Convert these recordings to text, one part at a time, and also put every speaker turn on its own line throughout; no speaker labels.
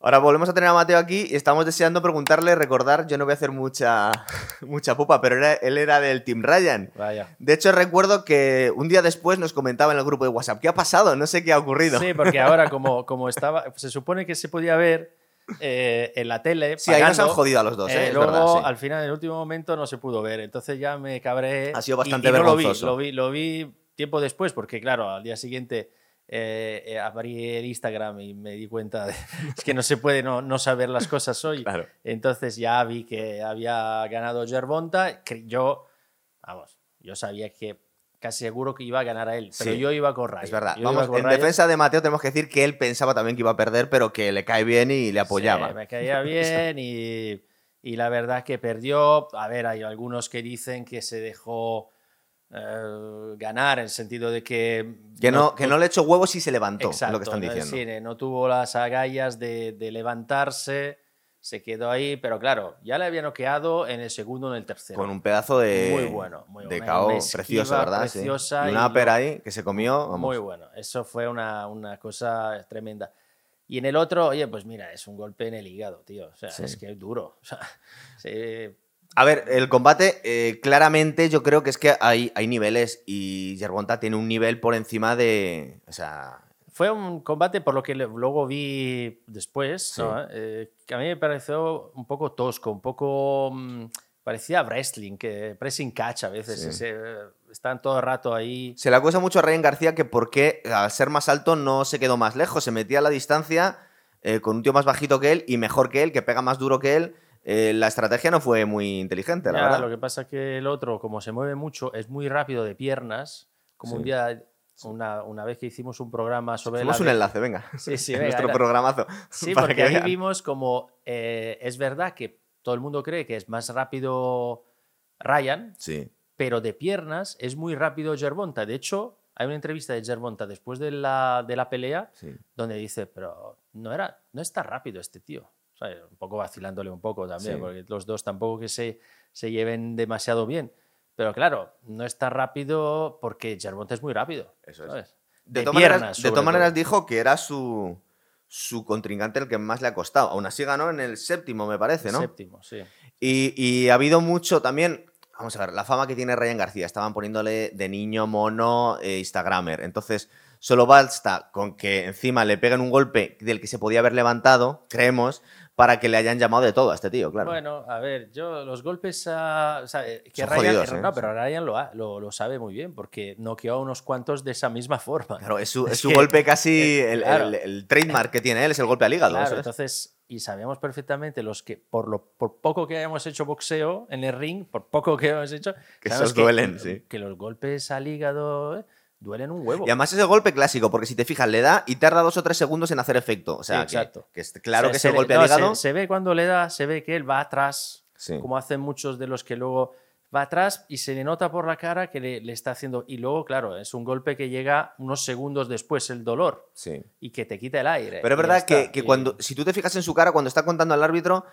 Ahora volvemos a tener a Mateo aquí y estamos deseando preguntarle, recordar, yo no voy a hacer mucha, mucha pupa, pero era- él era del Team Ryan.
Vaya.
De hecho, recuerdo que un día después nos comentaba en el grupo de WhatsApp, ¿qué ha pasado? No sé qué ha ocurrido.
Sí, porque ahora como, como estaba, se supone que se podía ver eh, en la tele.
Sí, ahí nos
pagando,
han jodido a los dos,
eh,
¿eh? Es
luego,
verdad, sí.
al final, en el último momento, no se pudo ver. Entonces ya me cabré.
Ha sido
y-
bastante
y no lo vi,
vergonzoso.
lo vi, lo vi tiempo después, porque claro, al día siguiente eh, eh, abrí el Instagram y me di cuenta de es que no se puede no, no saber las cosas hoy.
Claro.
Entonces ya vi que había ganado Gervonta. cre- Yo, vamos, yo sabía que casi seguro que iba a ganar a él, pero
Sí,
yo iba con Ryan.
Es verdad.
Yo iba
Vamos,
con
en
Ryan.
defensa de Mateo tenemos que decir que él pensaba también que iba a perder, pero que le cae bien y le apoyaba.
Sí, me caía bien y, y la verdad que perdió. A ver, hay algunos que dicen que se dejó eh, ganar en el sentido de que...
Que no, que no le echó huevos y se levantó, es
Exacto,
lo que están
¿no? Es
diciendo.
decir, eh, no tuvo las agallas de, de levantarse, se quedó ahí, pero claro, ya le había noqueado en el segundo o en el tercero.
Con un pedazo de.
Muy bueno, muy
De
bueno.
KO
Una esquiva
preciosa, ¿verdad? Sí.
preciosa
Y
y
una upper
lo-
ahí que se comió. Vamos.
Muy bueno, eso fue una, una cosa tremenda. Y en el otro, oye, pues mira, es un golpe en el hígado, tío. O sea,
Sí.
es que es duro. O sea, sí,
A ver, el combate, eh, claramente yo creo que es que hay, hay niveles y Yerbonta tiene un nivel por encima de. O sea.
Fue un combate, por lo que le- luego vi después, ¿no? Eh, que a mí me pareció un poco tosco, un poco... mm, parecía wrestling, que pressing catch a veces.
Sí.
ese, eh, están todo el rato ahí.
Se le acusa mucho a Ryan García que por qué al ser más alto no se quedó más lejos, se metía a la distancia eh, con un tío más bajito que él y mejor que él, que pega más duro que él. Eh, la estrategia no fue muy inteligente, la
Ya,
verdad.
lo que pasa es que el otro, como se mueve mucho, es muy rápido de piernas. Como
Sí.
un día, una, una vez que hicimos un programa sobre...
Hacemos
la
un enlace, venga.
Sí, sí,
en
venga,
nuestro
era-
programazo.
Sí,
para
porque
que
ahí
vean.
vimos como eh, es verdad que todo el mundo cree que es más rápido Ryan,
Sí.
pero de piernas es muy rápido Gervonta. De hecho, hay una entrevista de Gervonta después de la, de la pelea
Sí.
donde dice, pero no, era, no está rápido este tío. O sea, un poco vacilándole un poco también,
Sí.
porque los dos tampoco que se, se lleven demasiado bien. Pero claro, no está rápido porque Gervonta es muy rápido.
Eso es.
¿sabes?
De,
De
todas maneras-
piernas,
de
sobre
todas maneras
todo.
dijo que era su, su contrincante el que más le ha costado. Aún así ganó en el séptimo, me parece, ¿no?
Séptimo, sí.
Y, y ha habido mucho también. Vamos a ver, la fama que tiene Ryan García. Estaban poniéndole de niño, mono, eh, Instagramer. Entonces, solo basta con que encima le peguen un golpe del que se podía haber levantado, creemos, para que le hayan llamado de todo a este tío, claro.
Bueno, a ver, yo los golpes a. o sea, eh, que
Son
Ryan,
jodidos, ¿eh?
no, pero Ryan lo, ha- lo, lo sabe muy bien porque noqueó a unos cuantos de esa misma forma.
Claro, es su, es
Es
su
que-
golpe casi.
eh,
El,
claro.
el- el trademark que tiene él es el golpe al hígado.
Claro,
eso es.
entonces, y sabíamos perfectamente los que, por lo por poco que hayamos hecho boxeo en el ring, por poco que hayamos hecho.
Que
sabemos
esos duelen, sí.
Que los golpes al hígado eh, duelen un huevo.
Y además es el golpe clásico, porque si te fijas, le da y tarda dos o tres segundos en hacer efecto. O sea,
Sí,
que-
exacto.
que, es claro
O sea,
que es
se
el
ve-
golpe
no,
al
se-
hígado.
Se, ve cuando le da, se ve que él va atrás,
Sí.
como hacen muchos de los que luego va atrás y se le nota por la cara que le, le está haciendo. Y luego, claro, es un golpe que llega unos segundos después el dolor
Sí.
y que te quita el aire.
Pero es
y Eh, ya
verdad que,
está.
que
Y-
cuando, si tú te fijas en su cara, cuando está contando al árbitro,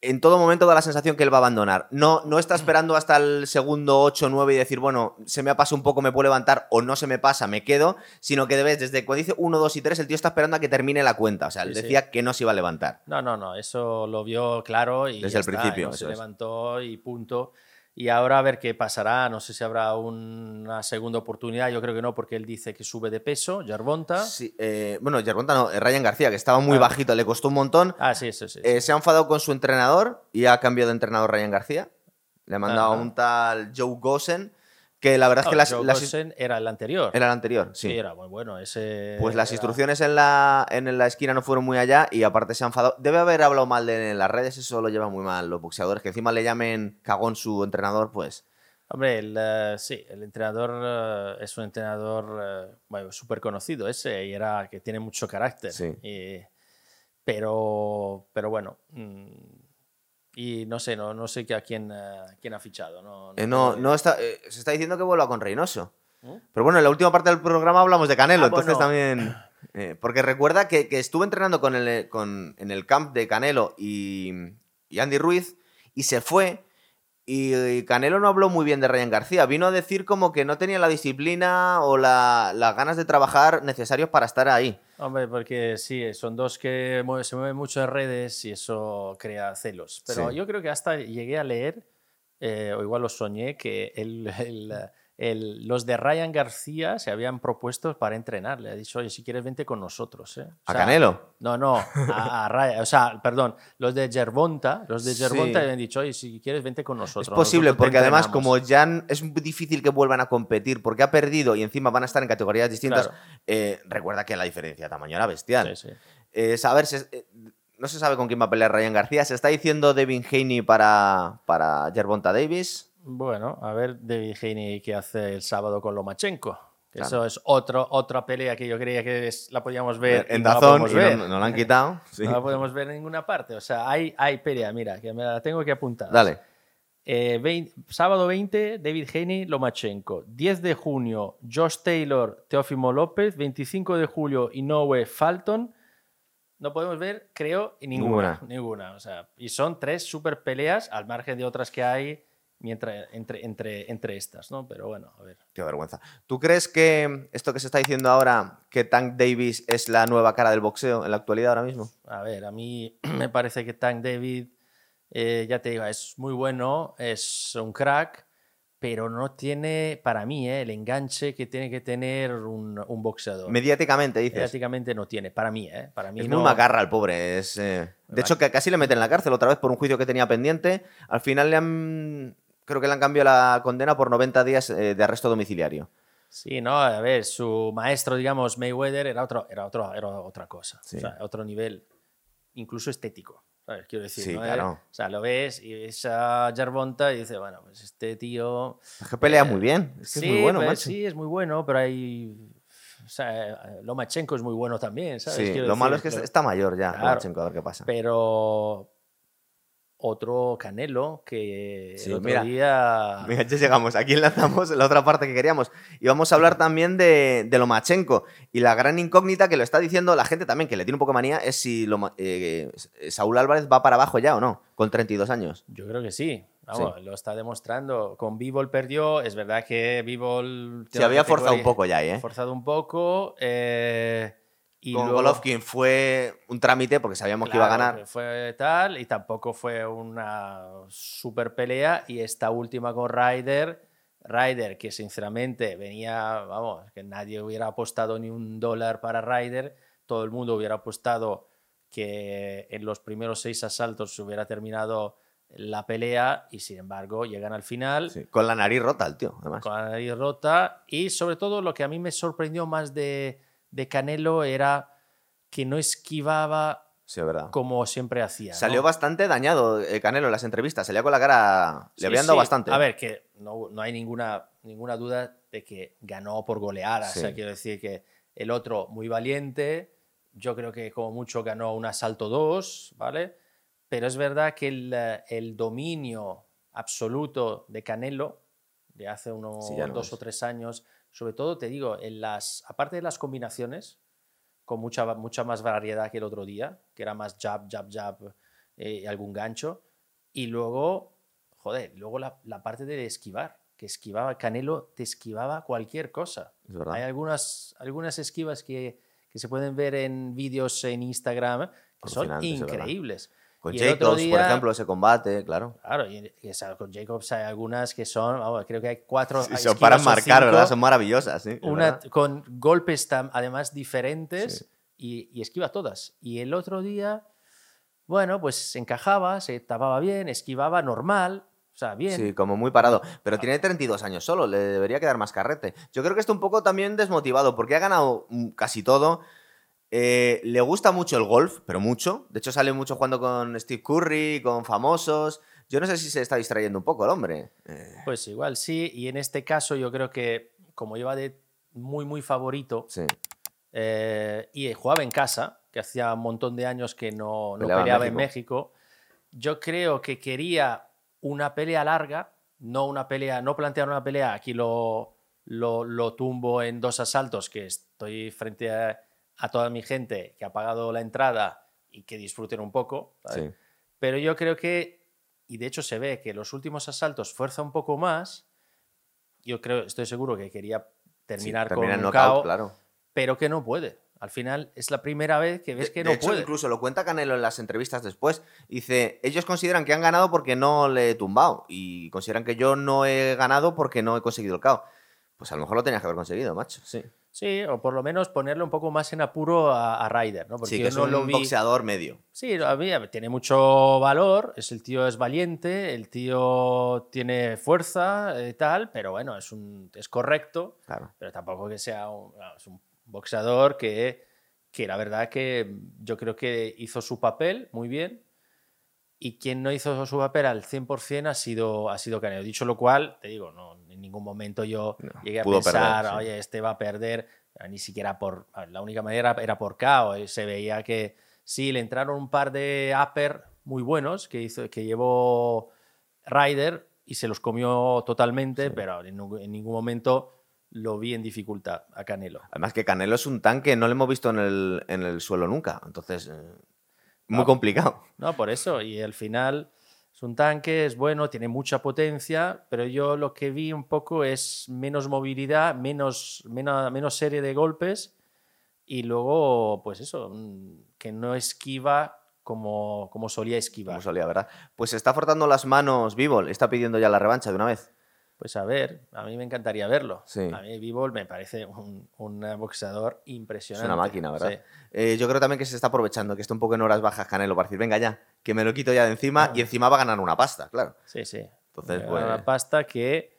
en todo momento da la sensación que él va a abandonar. No, no está esperando hasta el segundo 8 9 y decir, bueno, se me ha pasado un poco, me puedo levantar, o no se me pasa, me quedo, sino que debes, desde cuando dice 1, 2 y 3, el tío está esperando a que termine la cuenta. O sea, él
Sí, sí.
decía que no se iba a levantar.
No, no, no, eso lo vio claro y
Desde
ya
el
está,
principio,
¿no? se
eso es.
levantó y punto. Y ahora a ver qué pasará, no sé si habrá una segunda oportunidad, yo creo que no, porque él dice que sube de peso, Jarbonta.
Sí, eh, bueno, Yergonta no, eh, Ryan García, que estaba muy
Claro.
bajito, le costó un montón.
Ah, sí, eso sí. sí.
Eh, se ha enfadado con su entrenador y ha cambiado de entrenador Ryan García. Le ha mandado
Ajá.
a un tal Joe Gosen, que la verdad es que
No,
las,
Joe
las-
Gosen era el anterior.
era el anterior, sí.
sí. era muy bueno. Ese
Pues las
era-
instrucciones en la, en la esquina no fueron muy allá y aparte se ha enfadado. Debe haber hablado mal de en las redes, eso lo llevan muy mal los boxeadores. Que encima le llamen cagón su entrenador, pues.
Hombre, el, eh, sí, el entrenador eh, es un entrenador eh, bueno, súper conocido ese y era que tiene mucho carácter.
Sí.
Y- pero, pero bueno, mm, y no sé, no, no sé que a quién, eh, quién ha fichado. No,
Eh, no,
tengo
no
idea.
está, eh, se está diciendo que vuelva con Reynoso.
¿Mm?
Pero bueno, en la última parte del programa hablamos de Canelo,
Ah,
entonces
bueno.
también. eh, porque recuerda que, que estuve entrenando con el, con- en el camp de Canelo y, y Andy Ruiz y se fue. Y Canelo no habló muy bien de Ryan García. Vino a decir como que no tenía la disciplina o la- las ganas de trabajar necesarios para estar ahí.
Hombre, porque sí, son dos que mue- se mueven mucho en redes y eso crea celos. Pero
Sí.
yo creo que hasta llegué a leer, eh, o igual lo soñé, que el- el- el- los de Ryan García se habían propuesto para entrenar. Le ha dicho, oye, si quieres, vente con nosotros. ¿eh". O
A
sea,
Canelo.
No, no, a, a Ryan. O sea, perdón, los de Gervonta, los de
Sí.
Gervonta le habían dicho, oye, si quieres, vente con nosotros.
Es posible,
nosotros te
porque además,
entrenamos".
como ya n- es muy difícil que vuelvan a competir, porque ha perdido y encima van a estar en categorías distintas,
Claro.
eh, recuerda que la diferencia de tamaño era bestial.
Sí, sí.
Eh, saber, se- eh, no se sabe con quién va a pelear Ryan García. Se está diciendo Devin Haney para, para Gervonta Davis.
Bueno, a ver, David Haney, ¿qué hace el sábado con Lomachenko? Que
Claro.
Eso es otro, otra pelea que yo creía que es- la podíamos ver. y
Eh, en
no la
Dazón,
podemos
y
ver.
no, no la han quitado. Sí.
No la podemos ver en ninguna parte. O sea, hay, hay pelea, mira, que me la tengo que apuntar.
Dale.
Eh, vein- sábado 20, David Haney, Lomachenko. 10 de junio, Josh Taylor, Teófimo López. 25 de julio, Inoue Falton. No podemos ver, creo, ninguna. Ninguna. o sea, y son tres super peleas al margen de otras que hay mientras, entre, entre, entre estas, ¿no? Pero bueno, a ver.
Qué vergüenza. ¿Tú crees que esto que se está diciendo ahora, que Tank Davis es la nueva cara del boxeo en la actualidad ahora mismo?
A ver, a mí me parece que Tank David, eh, ya te digo, es muy bueno, es un crack, pero no tiene, para mí, eh, el enganche que tiene que tener un, un boxeador.
Mediáticamente, dices.
Prácticamente no tiene, para mí, ¿eh? Para mí
Es
no.
muy macarra el pobre. Es, eh, De hecho, que casi le meten en la cárcel otra vez por un juicio que tenía pendiente. Al final le han... Creo que le han cambiado la condena por 90 días eh, de arresto domiciliario.
Sí, no, a ver, su maestro, digamos, Mayweather, era, otro, era, otro, era otra cosa,
Sí.
o sea, otro nivel, incluso estético, ¿sabes? Quiero decir,
Sí,
¿no?
claro.
Eh, o sea, lo ves y ves a Gervonta y dices, bueno, pues este tío...
Es que pelea muy bien. Es que
Eh,
es
sí,
muy bueno,
pues,
macho.
sí, es muy bueno, pero hay. O sea, eh, Lomachenko es muy bueno también, ¿sabes?
Sí,
Quiero
lo malo es este.
decir,
que
pero-
está mayor ya,
Claro.
Lomachenko, a ver qué pasa.
Pero. Otro Canelo que
Sí,
el otro
mira.
día.
Mira, ya llegamos, aquí enlazamos la otra parte que queríamos. Y vamos a hablar también de, de Lomachenko. Y la gran incógnita que lo está diciendo la gente también, que le tiene un poco de manía, es si Loma- eh, eh, Saúl Álvarez va para abajo ya o no, con 32 años.
Yo creo que sí. Vamos, lo está demostrando. Con Bivol perdió. Es verdad que Bivol.
Se había forzado un poco ya ahí, ¿eh?
Forzado un poco. eh, y
con
luego-
Golovkin fue un trámite porque sabíamos que iba a
Claro,
ganar.
que Fue tal, y tampoco fue una super pelea. Y esta última con Ryder, Ryder, que sinceramente venía, vamos, que nadie hubiera apostado ni un dólar para Ryder, todo el mundo hubiera apostado que en los primeros seis asaltos se hubiera terminado la pelea, y sin embargo llegan al final
Sí, Con la nariz rota el tío, además.
con la nariz rota. Y sobre todo lo que a mí me sorprendió más de, de Canelo era que no esquivaba
Sí, es verdad.
como siempre hacía. ¿no?
Salió bastante dañado eh, Canelo en las entrevistas, salía con la cara...
Sí,
le habían dado
sí.
bastante.
A ver, que no, no hay ninguna, ninguna duda de que ganó por goleada.
Sí.
O sea, quiero decir que el otro muy valiente, yo creo que como mucho ganó un asalto 2, ¿vale? Pero es verdad que el, eh, el dominio absoluto de Canelo de hace unos
Sí, ya no
dos
es.
o tres años, sobre todo te digo, en las, aparte de las combinaciones, con mucha, va- mucha más variedad que el otro día, que era más jab, jab, jab, eh, algún gancho. Y luego, joder, luego la, la parte de esquivar, que esquivaba, Canelo te esquivaba cualquier cosa.
Es verdad.
Hay algunas, algunas esquivas que, que se pueden ver en vídeos en Instagram que son
Alucinantes, es verdad.
increíbles.
Con
Y el otro
Jacobs, por
día-
ejemplo, ese combate, claro.
Claro, y, y esa- con Jacobs hay algunas que son, vamos, creo que hay cuatro.
Sí, son
esquivas
para
o
marcar,
cinco,
¿verdad? Son maravillosas, sí. es
una
verdad.
con golpes tam- además diferentes
Sí.
y, y esquiva todas. Y el otro día, bueno, pues encajaba, se tapaba bien, esquivaba normal, o sea, bien. Ah.
Sí, como muy parado. Pero tiene 32 años solo, le debería quedar más carrete. Yo creo que está un poco también desmotivado, porque ha ganado mm, casi todo. Eh, le gusta mucho el golf, pero mucho. De hecho, sale mucho jugando con Steve Curry, con famosos. Yo no sé si se está distrayendo un poco el hombre. Eh,
Pues igual sí, y en este caso yo creo que como iba de muy, muy favorito
sí,
eh, y jugaba en casa, que hacía un montón de años que no, no
Peleaba en
peleaba en México, yo creo que quería una pelea larga, no una pelea, no plantear una pelea, aquí lo, lo, lo tumbo en dos asaltos, que estoy frente a, a toda mi gente que ha pagado la entrada y que disfruten un poco. ¿sabes?
sí.
pero yo creo que y de hecho se ve que los últimos asaltos fuerza un poco más. Yo creo, estoy seguro que quería terminar
Sí,
con
termina
un
en knockout,
KO,
claro.
pero que no puede. Al final es la primera vez que ves
De-
que
de
no
hecho,
puede.
Incluso lo cuenta Canelo en las entrevistas después. Dice, ellos consideran que han ganado porque no le he tumbado y consideran que yo no he ganado porque no he conseguido el KO. Pues a lo mejor lo tenías que haber conseguido, macho. Sí,
Sí, o por lo menos ponerle un poco más en apuro a, a Ryder, ¿no? Porque
sí que
yo
es
no
un
lo vi.
boxeador medio.
Sí, a mí tiene mucho valor, es el tío es valiente, el tío tiene fuerza y tal, pero bueno, es un es correcto,
Claro.
pero tampoco que sea un, es un boxeador que, que la verdad que yo creo que hizo su papel muy bien y quien no hizo su papel al 100% ha sido, ha sido Canelo. Dicho lo cual, te digo, no, en ningún momento yo
No,
llegué a
pudo
pensar,
perder, sí.
oye, este va a perder, ni siquiera por, ah, la única manera era por KO, eh, se veía que sí, le entraron un par de upper muy buenos que, hizo, que llevó Ryder y se los comió totalmente, pero en, nu- en ningún momento lo vi en dificultad a Canelo.
Además que Canelo es un tanque, no lo hemos visto en el, en el suelo nunca. Entonces, eh, muy
No.
complicado.
No, por eso. Y al final es un tanque, es bueno, tiene mucha potencia, pero yo lo que vi un poco es menos movilidad, menos, menos, menos serie de golpes y luego, pues eso, mm, que no esquiva como, como solía esquivar.
Como solía, ¿verdad? Pues se está frotando las manos Bivol, está pidiendo ya la revancha de una vez.
Pues a ver, a mí me encantaría verlo.
Sí.
A mí Bivol me parece un, un boxeador impresionante.
Es una máquina, ¿verdad?
Sí.
Eh, yo creo también que se está aprovechando, que está un poco en horas bajas Canelo para decir, venga ya, que me lo quito ya de encima y encima va a ganar una pasta, claro.
Sí, sí.
Entonces,
Eh,
pues-
Una pasta que,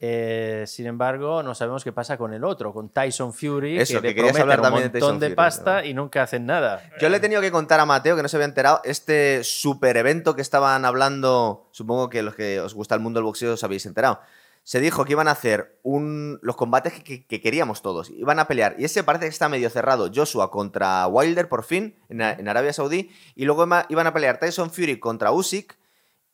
eh, sin embargo, no sabemos qué pasa con el otro, con Tyson Fury,
Eso,
que,
que
le
querías
prometen
hablar
un
también de
montón de,
Tyson Fury,
pasta
¿verdad?
y nunca hacen nada.
Yo le he tenido que contar a Mateo, que no se había enterado, este super evento que estaban hablando, supongo que los que os gusta el mundo del boxeo os habéis enterado. Se dijo que iban a hacer un, los combates que, que- que queríamos todos. Iban a pelear. Y ese parece que está medio cerrado. Joshua contra Wilder, por fin, en, A- en Arabia Saudí. Y luego ima- iban a pelear Tyson Fury contra Usyk.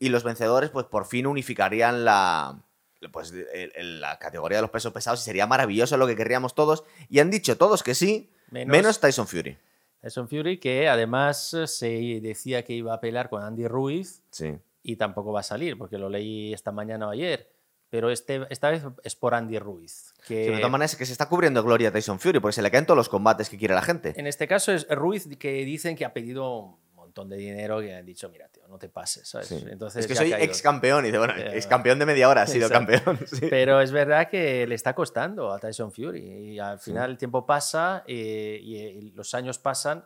Y los vencedores, pues por fin unificarían la, pues, el- el- la categoría de los pesos pesados. Y sería maravilloso lo que querríamos todos. Y han dicho todos que sí,
Menos-
menos Tyson Fury.
Tyson Fury, que además eh, se decía que iba a pelear con Andy Ruiz
Sí.
y tampoco va a salir, porque lo leí esta mañana o ayer. Pero este, esta vez es por Andy Ruiz. Que
Sí, pero de todas maneras es que se está cubriendo de gloria a Tyson Fury porque se le caen todos los combates que quiere la gente.
En este caso es Ruiz que dicen que ha pedido un montón de dinero que han dicho, mira, tío, no te pases, ¿sabes?
Sí.
Entonces
es que
ya ha
soy
caído.
ex campeón. Y dice, bueno,
Eh,
ex campeón de media hora ha sido
exacto.
campeón. sí.
Pero es verdad que le está costando a Tyson Fury. Y al final el tiempo pasa eh, y, eh, los años pasan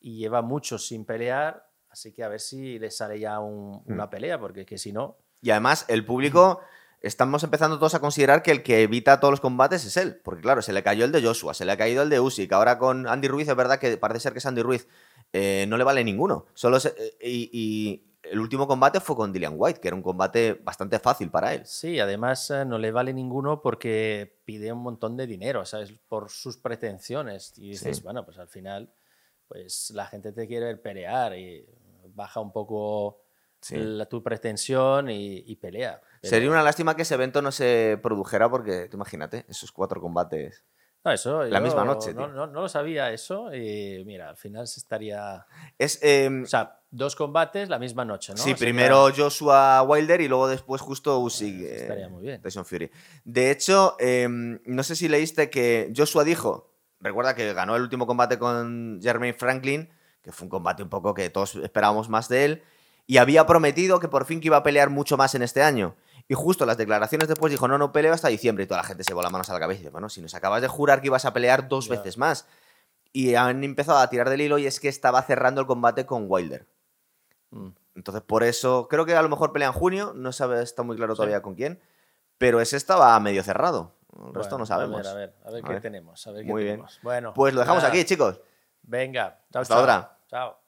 y lleva mucho sin pelear. Así que a ver si le sale ya un-
Mm.
una pelea, porque que si no.
Y además, el público. Estamos empezando todos a considerar que el que evita todos los combates es él. Porque, claro, se le cayó el de Joshua, se le ha caído el de Usyk. Ahora con Andy Ruiz, es verdad que parece ser que es Andy Ruiz. eh, no le vale ninguno. Solo se- eh, y, y el último combate fue con Dillian White, que era un combate bastante fácil para él.
Sí, además eh, no le vale ninguno porque pide un montón de dinero, ¿sabes? Por sus pretensiones. Y dices,
Sí.
bueno, pues al final, pues la gente te quiere ver pelear y baja un poco
Sí.
la- tu pretensión y, y pelea. Pero-
Sería una lástima que ese evento no se produjera porque, tú imagínate, esos cuatro combates.
No, eso.
La
yo
misma noche,
No,
tío.
no- no lo sabía eso. Y mira, al final se estaría.
Es, eh,
O sea, dos combates la misma noche, ¿no?
sí,
Sería-
primero Joshua Wilder y luego después justo Usyk.
Eso
eh,
estaría muy bien.
Tyson Fury. De hecho, eh, no sé si leíste que Joshua dijo, recuerda que ganó el último combate con Jermaine Franklin, que fue un combate un poco que todos esperábamos más de él, y había prometido que por fin que iba a pelear mucho más en este año. Y justo las declaraciones después dijo, no, no peleo hasta diciembre, y toda la gente se llevó las manos a la cabeza y dice, bueno, si nos acabas de jurar que ibas a pelear dos
Ya.
veces más. Y han empezado a tirar del hilo y es que estaba cerrando el combate con Wilder.
Mm.
Entonces, por eso, creo que a lo mejor pelea en junio, no sabe, está muy claro
Sí.
todavía con quién, pero ese estaba medio cerrado. El resto
Bueno,
no sabemos.
A ver, a ver, a ver
A
qué
ver.
tenemos. A ver qué
Muy bien.
tenemos. Bueno.
Pues lo dejamos
nada.
aquí, chicos.
Venga. Chao,
Hasta
chao.
otra.
Chao.